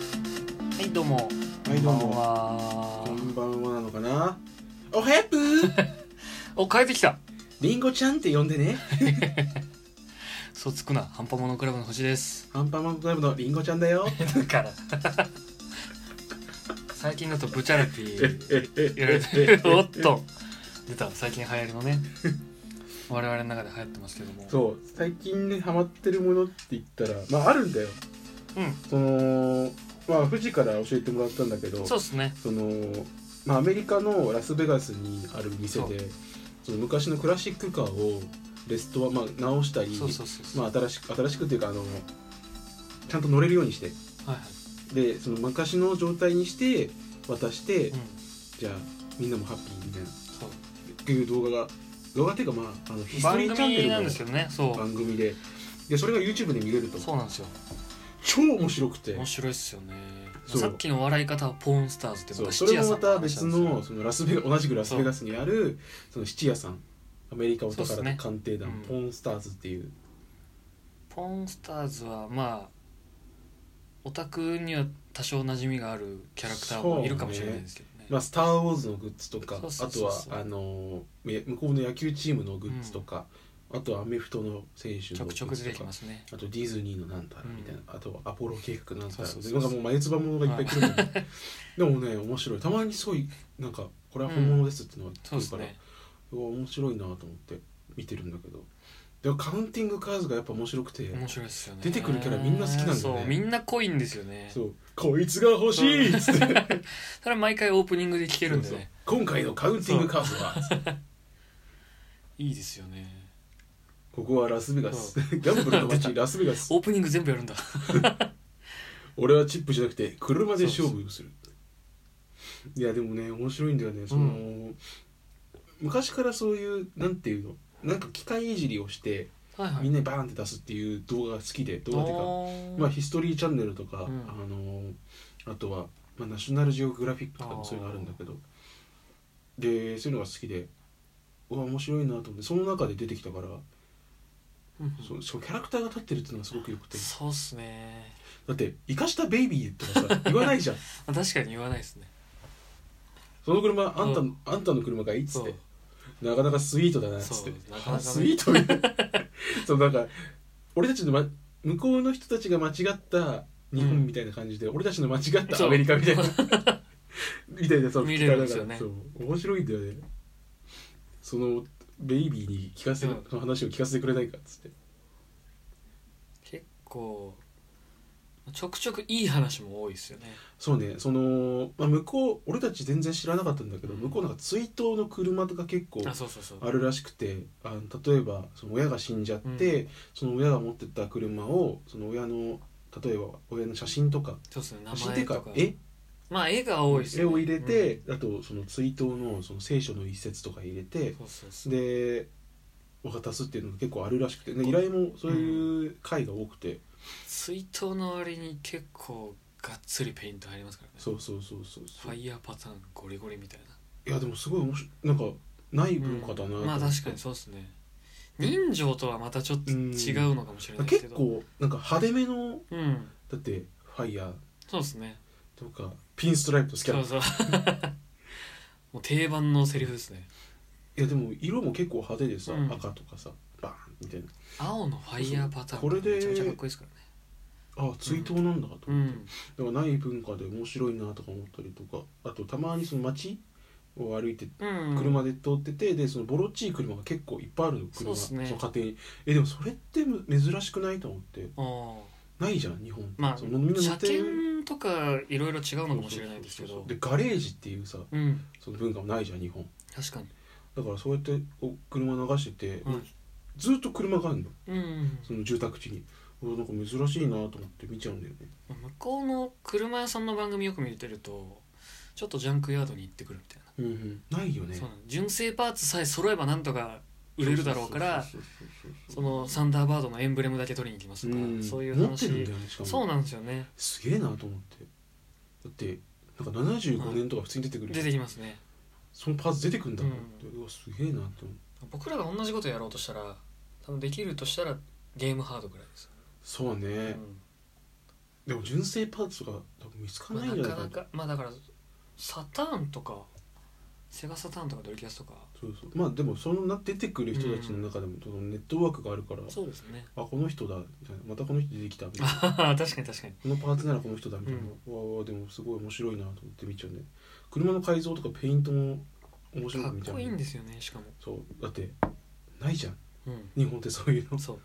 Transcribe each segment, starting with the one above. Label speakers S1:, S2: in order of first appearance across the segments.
S1: はいどうも
S2: はいどうも
S1: こんばんは
S2: こんばんはなのかなおはや ぷー
S1: お帰ってきた
S2: りんごちゃんって呼んでね
S1: そうつくなハンパモノクラブの星です
S2: アンパンマンクラブのりんごちゃ んだよ
S1: だから 最近だとブチャラティやられてるおっ
S2: そ
S1: と出た最近流行りのね我々の中で流行ってますけども
S2: う最近ねハマってるものって言ったらまああるんだよ
S1: うん
S2: そのまあ富士から教えてもらったんだけど
S1: そうっすね
S2: そのまあアメリカのラスベガスにある店でその昔のクラシックカーをレストア、まあ、直したり
S1: そうそうそうそう、
S2: まあ、新しく新しくっていうかあのちゃんと乗れるようにして
S1: はいは
S2: でその昔の状態にして渡して、
S1: いうん
S2: じゃあみんなもハッピーみたいなっ
S1: そう
S2: ていう動画が動画っていうかまああのヒスト
S1: 番
S2: リーチャンネ
S1: 組なんです
S2: ル
S1: けどねそ
S2: の番組ででそれが YouTube で見れると
S1: うそうなんですよ
S2: 超面白くて
S1: 面白いっすよね
S2: そう
S1: さっきの笑い方はポーンスターズってま
S2: そ
S1: た
S2: う
S1: 質
S2: それ
S1: 屋
S2: も
S1: さ
S2: ま
S1: ん
S2: た
S1: 話
S2: 別
S1: なんですよ
S2: のそのラスベガ同じくラスベガスにあるその質屋さんアメリカお
S1: そうっす
S2: 宝
S1: ね
S2: 鑑定団、
S1: うん
S2: ポーンスターズっていう
S1: ポーンスターズはまあオタクには多少馴染みがあるキャラクターもいるかもしれないですけどね
S2: まあ、スター・ウォーズのグッズとか
S1: そうそうそうそう
S2: あとはあのめ向こうの野球チームのグッズとか、あとはアメフトの選手
S1: ちょ
S2: のグ
S1: く
S2: ッズ
S1: ちょ
S2: と
S1: く
S2: か
S1: 出てきますね
S2: あとディズニーのなんたらみたいな、あとアポロ計画なんたら
S1: そうそう
S2: み
S1: そう
S2: たいななんかもう眉唾ものがいっぱい来るので、でもね面白いたまにすごいなんかこれは本物ですっていうのが来
S1: そうで
S2: る
S1: す
S2: から、
S1: ね
S2: うわ面白いなと思って見てるんだけどでもカウンティングカーズがやっぱ面白くて、
S1: 面白いですよね
S2: 出てくるキャラみんな好きなんだよね
S1: そうみんな濃いんですよね
S2: そうこいつが欲しいっつって
S1: それは毎回オープニングで聞けるんで
S2: そうそう
S1: ね
S2: 今回のカウンティングカーズはつって
S1: いいですよね
S2: ここはラスベガスギャンブルの街ラスベガス
S1: オープニング全部やるんだ
S2: 俺はチップじゃなくて車で勝負するいやでもね面白いんだよねその、
S1: う
S2: 昔からそういうなんていうのなんか機械いじりをして
S1: はいはい
S2: みんなにバーンって出すっていう動画が好きで動画っていうかま
S1: ま
S2: あ、ヒストリーチャンネルと
S1: う
S2: か、
S1: ん
S2: あのあとは、まあ、ナショナルジオグラフィックとか
S1: あー
S2: もそういうのあるんだけどでそういうのが好きでうわ面白いなと思ってその中で出てきたから、そうそのキャラクターが立ってるっていうのがすごくよくて
S1: そうっすね
S2: だって「生かしたベイビー」とかさ言わないじゃん
S1: まあ確かに言わないですね
S2: その車あんた、
S1: う
S2: あんたの車がいいっつ
S1: そ
S2: っ
S1: う
S2: てなかなかスイートだなっつっ
S1: そ
S2: て
S1: うなかなかね
S2: スイートみ たいなそうなんか俺たちの、ま、向こうの人たちが間違った日本みたいな感じで、俺たちの間違った
S1: そう
S2: アメリカ みたいなみたいなその
S1: 見れるんです
S2: 聞
S1: よ
S2: き
S1: ね
S2: 方がそう面白いんだよねそのベイビーに聞かせ、
S1: うん
S2: その話を聞かせてくれないかっつって
S1: 結構ちょくちょくいい話も多いですよね
S2: そうねその、まあ、向こう俺たち全然知らなかったんだけど、向こうなんか追悼の車とか結構
S1: あそうそうそう
S2: あるらしくてあの例えばその親が死んじゃって、その親が持ってた車をその親の例えば親の写真とか
S1: そうですね名
S2: 写真って
S1: 前
S2: いう
S1: と
S2: か
S1: か
S2: 絵
S1: まあ絵が多いです
S2: 絵
S1: よね
S2: を入れて、あとその追悼のその聖書の一節とか入れ
S1: う
S2: て
S1: んそうそうそう
S2: で渡すっていうのが結構あるらしくて、ね、依頼もそういう回が多くて、
S1: 水筒の割に結構がっつりペイント入りますからね
S2: そうそうそうそう
S1: フ
S2: そう
S1: ァイヤーパターンゴリゴリみたいない
S2: やでもすごい面白いなんかない文化だなと思って、
S1: まあ確かにそうですね人情とはまたちょっと違うのかもしれないですけ
S2: 結
S1: ど
S2: 構なんか派手めの
S1: うん
S2: だってファイヤー
S1: そうですね
S2: とかピンストライプとスキャ
S1: そ
S2: ン
S1: うそう もう定番のセリフですね
S2: いやでも色も結構派手でさ、
S1: うん
S2: 赤とかさバーンみたいな
S1: 青のファイヤーパターン
S2: そうそうこれで
S1: めちゃめちゃかっこいいですからね
S2: あ追悼なんだと、
S1: うん
S2: だからない文化で面白いなとか思ったりとかあとたまにその街を歩いて
S1: うん
S2: 車で通ってて、でそのボロっちい車が結構いっぱいあるの
S1: そう
S2: 車
S1: っすね
S2: の家庭にえでもそれってむ珍しくないと思って
S1: ああ
S2: ないじゃん日本
S1: まあ
S2: そのみんな乗
S1: 車
S2: ってる
S1: 検とかいろいろ違うのかもしれないですけ
S2: そうそうそうそ
S1: ど
S2: うでガレージっていうさ
S1: うん
S2: その文化もないじゃん日本
S1: 確かに
S2: だからそうやってこう車流してて、
S1: はい
S2: ずっと車があるの
S1: うん
S2: その住宅地にうわなんか珍しいなと思って見ちゃうんだよね
S1: 向こうの車屋さんの番組よく見てるとちょっとジャンクヤードに行ってくるみたいな
S2: うんうん、ないよね
S1: そうなの純正パーツさえ揃えばなんとか売れるだろうから
S2: そうそうそうそう
S1: そのサンダーバードのエンブレムだけ取りに行きますとか
S2: うん
S1: そういう
S2: 持って
S1: 話
S2: るんだよねしかも
S1: そうなんですよね
S2: すげえなと思ってだってなんか75年とか普通に出てくる、
S1: 出てきますね
S2: そのパーツ出てくるんだと思って、うわすげえなと思って
S1: 僕らが同じことやろうとしたら多分できるとしたらゲームハードぐらいです
S2: そうね、
S1: うん
S2: でも純正パーツとか多分見つかん
S1: まあ
S2: ないんじ
S1: な
S2: ゃない
S1: か
S2: かな,、
S1: なかまあだからサターンとかセガサターンとかドリキャスとか
S2: そうそうまあでもそのな出てくる人たちの中でも、そのネットワークがあるから
S1: そうですね
S2: あこの人だみたいなまたこの人出てきたみたいな
S1: 確かに確かに
S2: このパーツならこの人だみたいな、
S1: う
S2: わあわあでもすごい面白いなと思って見ちゃうんで車の改造とかペイントも面白
S1: か
S2: く見ちゃ
S1: っ
S2: う
S1: こいいん
S2: で
S1: ですよねしかも
S2: そうだってないじゃん
S1: うん
S2: 日本ってそういうの
S1: そう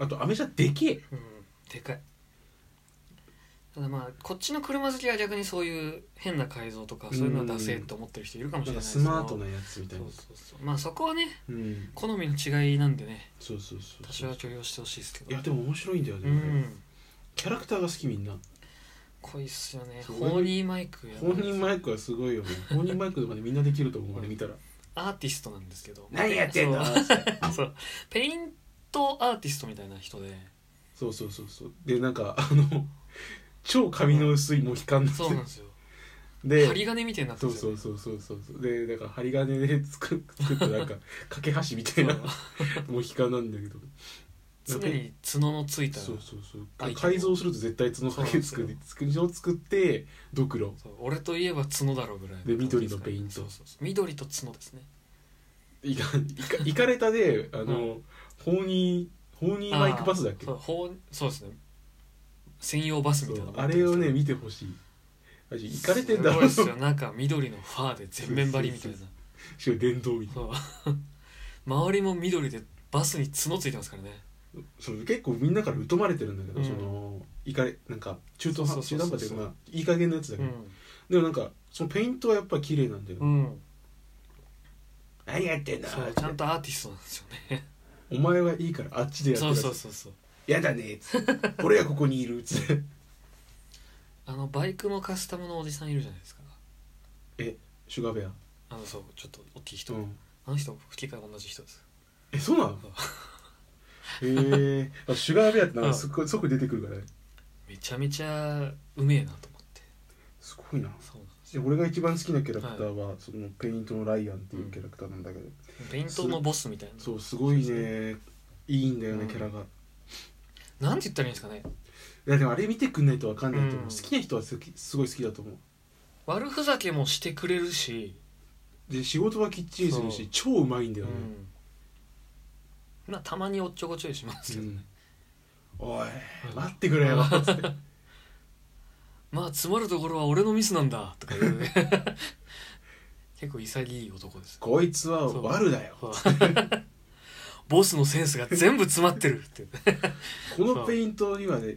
S2: あとアメ車でけえ
S1: うんでかいただまあこっちの車好きは逆にそういう変な改造とかそういうのはダセえと思ってる人いるかもし
S2: な
S1: れ
S2: ん
S1: な
S2: か
S1: い
S2: スマート
S1: ね
S2: なやつみた
S1: そ
S2: いな
S1: うそうそうまあそこはね
S2: うん
S1: 好みの違いなんでね
S2: そうそうそう
S1: 多少は許容してほしいですけど
S2: いやでも面白いんだよ
S1: う
S2: ね、
S1: ん
S2: キャラクターが好きみんな
S1: 濃いっすよね
S2: そう
S1: ホーニーマイクやばい
S2: 本人マイクはすごいよね本人マイクとかでみんなできると思うあれ見 たら
S1: アーティストなんですけど
S2: の
S1: そう そうペイントアーティストみたいな人 で
S2: そうそうそうそうでなんかあの超髪の薄いモヒカンなん
S1: そうなんですよ
S2: で
S1: 針金みたいになって
S2: そ
S1: るんで
S2: う
S1: す
S2: そ
S1: よ
S2: う
S1: ね
S2: そうそうそうそうでだから針金で作っ作った なんか架け橋みたいなモヒカンなんだけど
S1: 常に角のついた
S2: そうそう
S1: ア
S2: そう
S1: イテム
S2: 改造すると絶対角かけ
S1: そう
S2: 作
S1: なんで
S2: って角を作ってドクロ
S1: そう俺といえば角だろうぐらいの
S2: で
S1: 感じす
S2: 緑のペイント
S1: そうそうそう緑と角ですね
S2: いかい かいかれたであの、法に法にマイクバスだっけ
S1: あーそうほうそうですね専用バスみたいな
S2: そう
S1: の
S2: あれをね
S1: 持って
S2: 見てほしいマジ
S1: るんで
S2: い
S1: すよ
S2: かれてんだ
S1: す
S2: ろ
S1: ごいっ
S2: う
S1: すよなんか緑のファーで全面張りみたいな
S2: そしかも電動みたいな
S1: そう 周りも緑でバスに角ついてますからね
S2: そう結構みんなから疎まれてるんだけど、
S1: うん
S2: そのいかれなんか中途
S1: そ
S2: 半中
S1: うそう
S2: 途半
S1: そうそう
S2: 端というかまあいい加減なやつだけ
S1: う
S2: ど、
S1: ん
S2: でもなんかそのペイントはやっぱ綺麗なんだよ、
S1: うん
S2: 何やってん
S1: そうちゃんとアーティストなんですよね
S2: お前はいいからあっちでやって
S1: そう
S2: ら
S1: そうそうそう
S2: やだねっつって 俺がここにいるっつって
S1: あのバイクのカスタムのおじさんいるじゃないですか
S2: シュガーベア
S1: あのそうちょっと大きい人、
S2: うん
S1: あの人吹き替え同じ人です
S2: えそうなのへえあシュガーベアってなんかすっごい即出てくるからね
S1: めちゃめちゃうめえなと思って
S2: すごいな
S1: そうなんです
S2: で俺が一番好きなキャラクターは、そのペイントのライアンっていうキャラクターなんだけど、
S1: ペイントのボスみたいな
S2: そうすごいねいいんだよね、
S1: うん
S2: キャラがい
S1: なんて言ったらいいんですかね
S2: やでもあれ見てくんないとわかんないと思う、
S1: うん
S2: 好きな人はすきすごい好きだと思う
S1: 悪ふざけもしてくれるし、
S2: で仕事はきっちりする
S1: そう
S2: し超うまいんだ
S1: う
S2: よね、
S1: ん、まあたまにおっちょこちょいしますけどね、
S2: おい待ってくれ よつって
S1: まあ詰まるところは俺のミスなんだとか言うね 結構潔い男 です
S2: こいつは悪だよ
S1: そうボスのセンスが全部詰まってるって
S2: このペイントにはね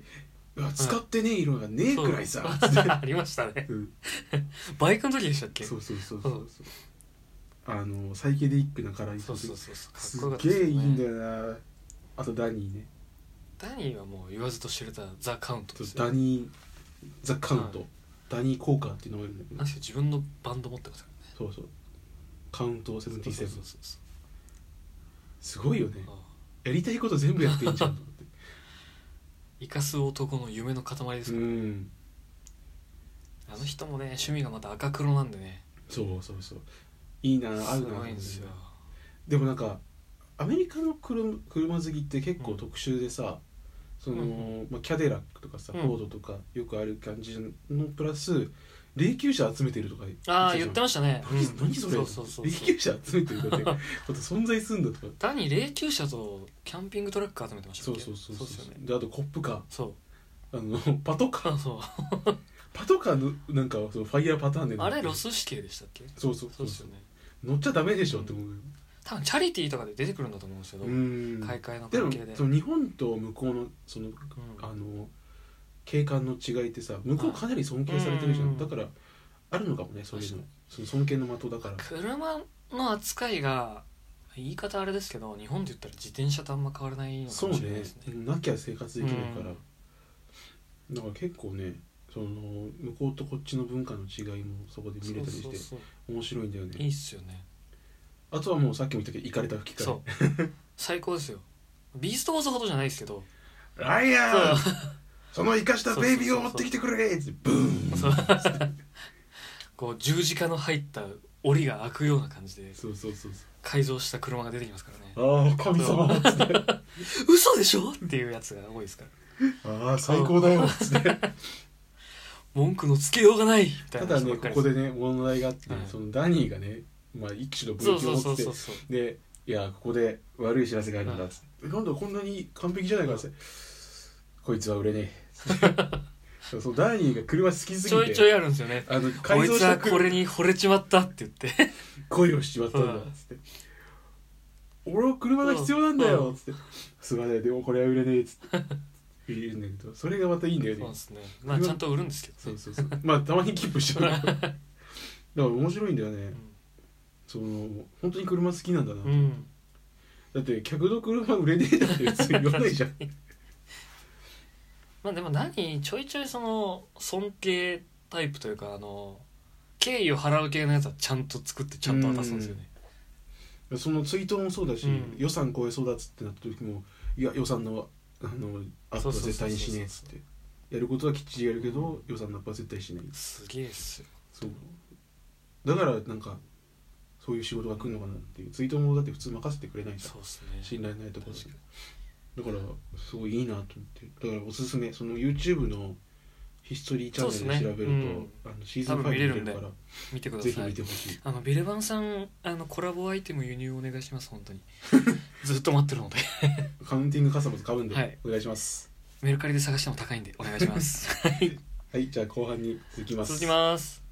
S2: うわ使ってねえ色がねえくらいさつ
S1: そ
S2: っ
S1: う
S2: て
S1: ありましたね
S2: うん
S1: バイクの時でしたっけ
S2: そうそうそうそうそうあのサイケデリックなカラーに
S1: そうそうそう
S2: す
S1: そうかっ
S2: っ
S1: こよかったです
S2: げえいいんだ
S1: よね
S2: よなあとダニーね
S1: ダニーはもう言わずと知れたザ・カウントですよ
S2: ダニーザ・カウント、ダニー・コーカーっていうのがいるんだけ
S1: な
S2: ど
S1: んせ自分のバンド持ってますか
S2: そうそうカウント
S1: らね
S2: 77
S1: そうそうそう
S2: すごいよね
S1: そう
S2: やりたいこと全部やっていいんじゃんと思って
S1: 生かす男の夢の塊です
S2: う
S1: から、
S2: ん
S1: あの人もね趣味がまた赤黒なんでね
S2: そうそうそういいな合う
S1: す
S2: なと思っ
S1: ごい
S2: て
S1: んですよ
S2: でもなんかアメリカの車車好きって結構特殊でさ、その、
S1: うん
S2: まあ、キャデラックとかさ、
S1: うん
S2: フォードとかよくある感じのプラス霊柩車集めてるとか言ってたじゃん
S1: ああ言ってましたね
S2: 何,、
S1: うん
S2: 何それ
S1: そうそうそう
S2: 霊柩車集めてるだってこと存在すんだとか
S1: ダニー霊柩車とキャンピングトラック集めてました
S2: そ
S1: っ
S2: う
S1: け
S2: そうそうそう
S1: そうですよね
S2: であとコップカ
S1: そう
S2: ーあの パトカー
S1: あそう
S2: パトカーのなんかそのファイヤーパターンで
S1: あれロス死刑でしたっけ
S2: そうそう
S1: そ
S2: そうう
S1: で
S2: そう
S1: すよね
S2: 乗っちゃダメでしょって思う
S1: 多分チャリティーとかで出てくるんだと思うんですけど、
S2: うん
S1: 買い替えの
S2: でも
S1: 関係で
S2: その日本と向こうのその
S1: うん
S2: あの景観の違いってさ向こうかなり尊敬されてるじゃん、
S1: うん
S2: だからあるのかもねそういう
S1: 確
S2: の
S1: か
S2: その尊敬の的だから
S1: 車の扱いが言い方あれですけど日本で言ったら自転車とあんま変わらないのか
S2: そう
S1: もしれない
S2: ね
S1: ですね
S2: なきゃ生活できないから、だから結構ねその向こうとこっちの文化の違いもそこで見れたりして
S1: そうそうそう
S2: 面白いんだよ
S1: いい
S2: ね
S1: っすよね
S2: あとはもうさっきも言ったけどイカれた吹き替
S1: そう 最高ですよビーストウォーズほどじゃないですけど
S2: えライ
S1: そ
S2: ア
S1: う
S2: ンそのイカしたベイ ビーを持ってきてくれってブーン
S1: そうこう十字架の入った檻が開くような感じで
S2: そうそうそうそう
S1: 改造した車が出てきますからね
S2: ああ神様っつって
S1: 嘘でしょっていうやつが多いですから
S2: ああ最高だよっつって
S1: 文句のつけようがないみたい
S2: た
S1: な
S2: だ
S1: 話
S2: ね
S1: ばっ
S2: こ
S1: かり
S2: こ
S1: す
S2: で
S1: る
S2: ね問題があって、
S1: はい
S2: そのダニーがね、まあ、一種の
S1: そ
S2: 武
S1: う
S2: 器
S1: そ
S2: を
S1: う
S2: 持
S1: そ
S2: っ
S1: う
S2: て
S1: そうそう
S2: でいやここで悪い知らせがあるんだっつって、えなんだこんなに完璧じゃないかっつって、こいつは売れね えそのダニーが車好きすぎて
S1: ちょいちょいあるんですよね
S2: あの
S1: こ
S2: 改
S1: い
S2: 造
S1: つ
S2: した
S1: は
S2: 車
S1: これに惚れちまったって言 って
S2: 恋をしちまったんだっ
S1: うん
S2: つって、俺は車が必要なんだ
S1: う
S2: よ
S1: ん
S2: っつってすまないでもこれは売れねえっつって言うんだけどそれがまたいいんだよね
S1: そうですねまあちゃんと売るんですけ
S2: そ
S1: ど
S2: う
S1: ね
S2: そうそうまあたまにキープしちゃうだ から面白いんだよね、
S1: うん
S2: その本当に車好きなんだな、
S1: うん
S2: だって客の車売れねえだって別に言わないじゃん
S1: まあでも何ちょいちょいその尊敬タイプというかあの敬意を払う系のやつはちゃんと作ってちゃんと渡すんですよね
S2: その追悼もそうだし、
S1: うん
S2: 予算超えそうだっつってなった時もいや予算のあのアップ
S1: そうそ
S2: は
S1: うそうそう
S2: 絶対にしねえっつってやることはきっちりやるけど、予算のアップは絶対しない
S1: すげえっすよ
S2: そうだからなんかそういう仕事が来るのかなっていう追悼もだって普通任せてくれないじゃん
S1: そうっすね
S2: 信頼ないところ
S1: 確か
S2: だからすごいいいなと思ってだからおすすめその YouTube のヒストリーチャンネルで調
S1: そうで
S2: べると、
S1: すね
S2: あのシーズン
S1: 多
S2: 5
S1: 分見れるん
S2: 見
S1: で
S2: れるから
S1: に見てくだ
S2: ぜひ
S1: さ
S2: 見
S1: い
S2: てほしい
S1: あのビレバンさんあのコラボアイテム輸入お願いします本 当にずっと待ってるので
S2: カウンティングカサも買うんで、
S1: はい
S2: お願いします
S1: メルカリで探しても高いんでお願いします
S2: はいじゃあ後半に続きます
S1: 続きます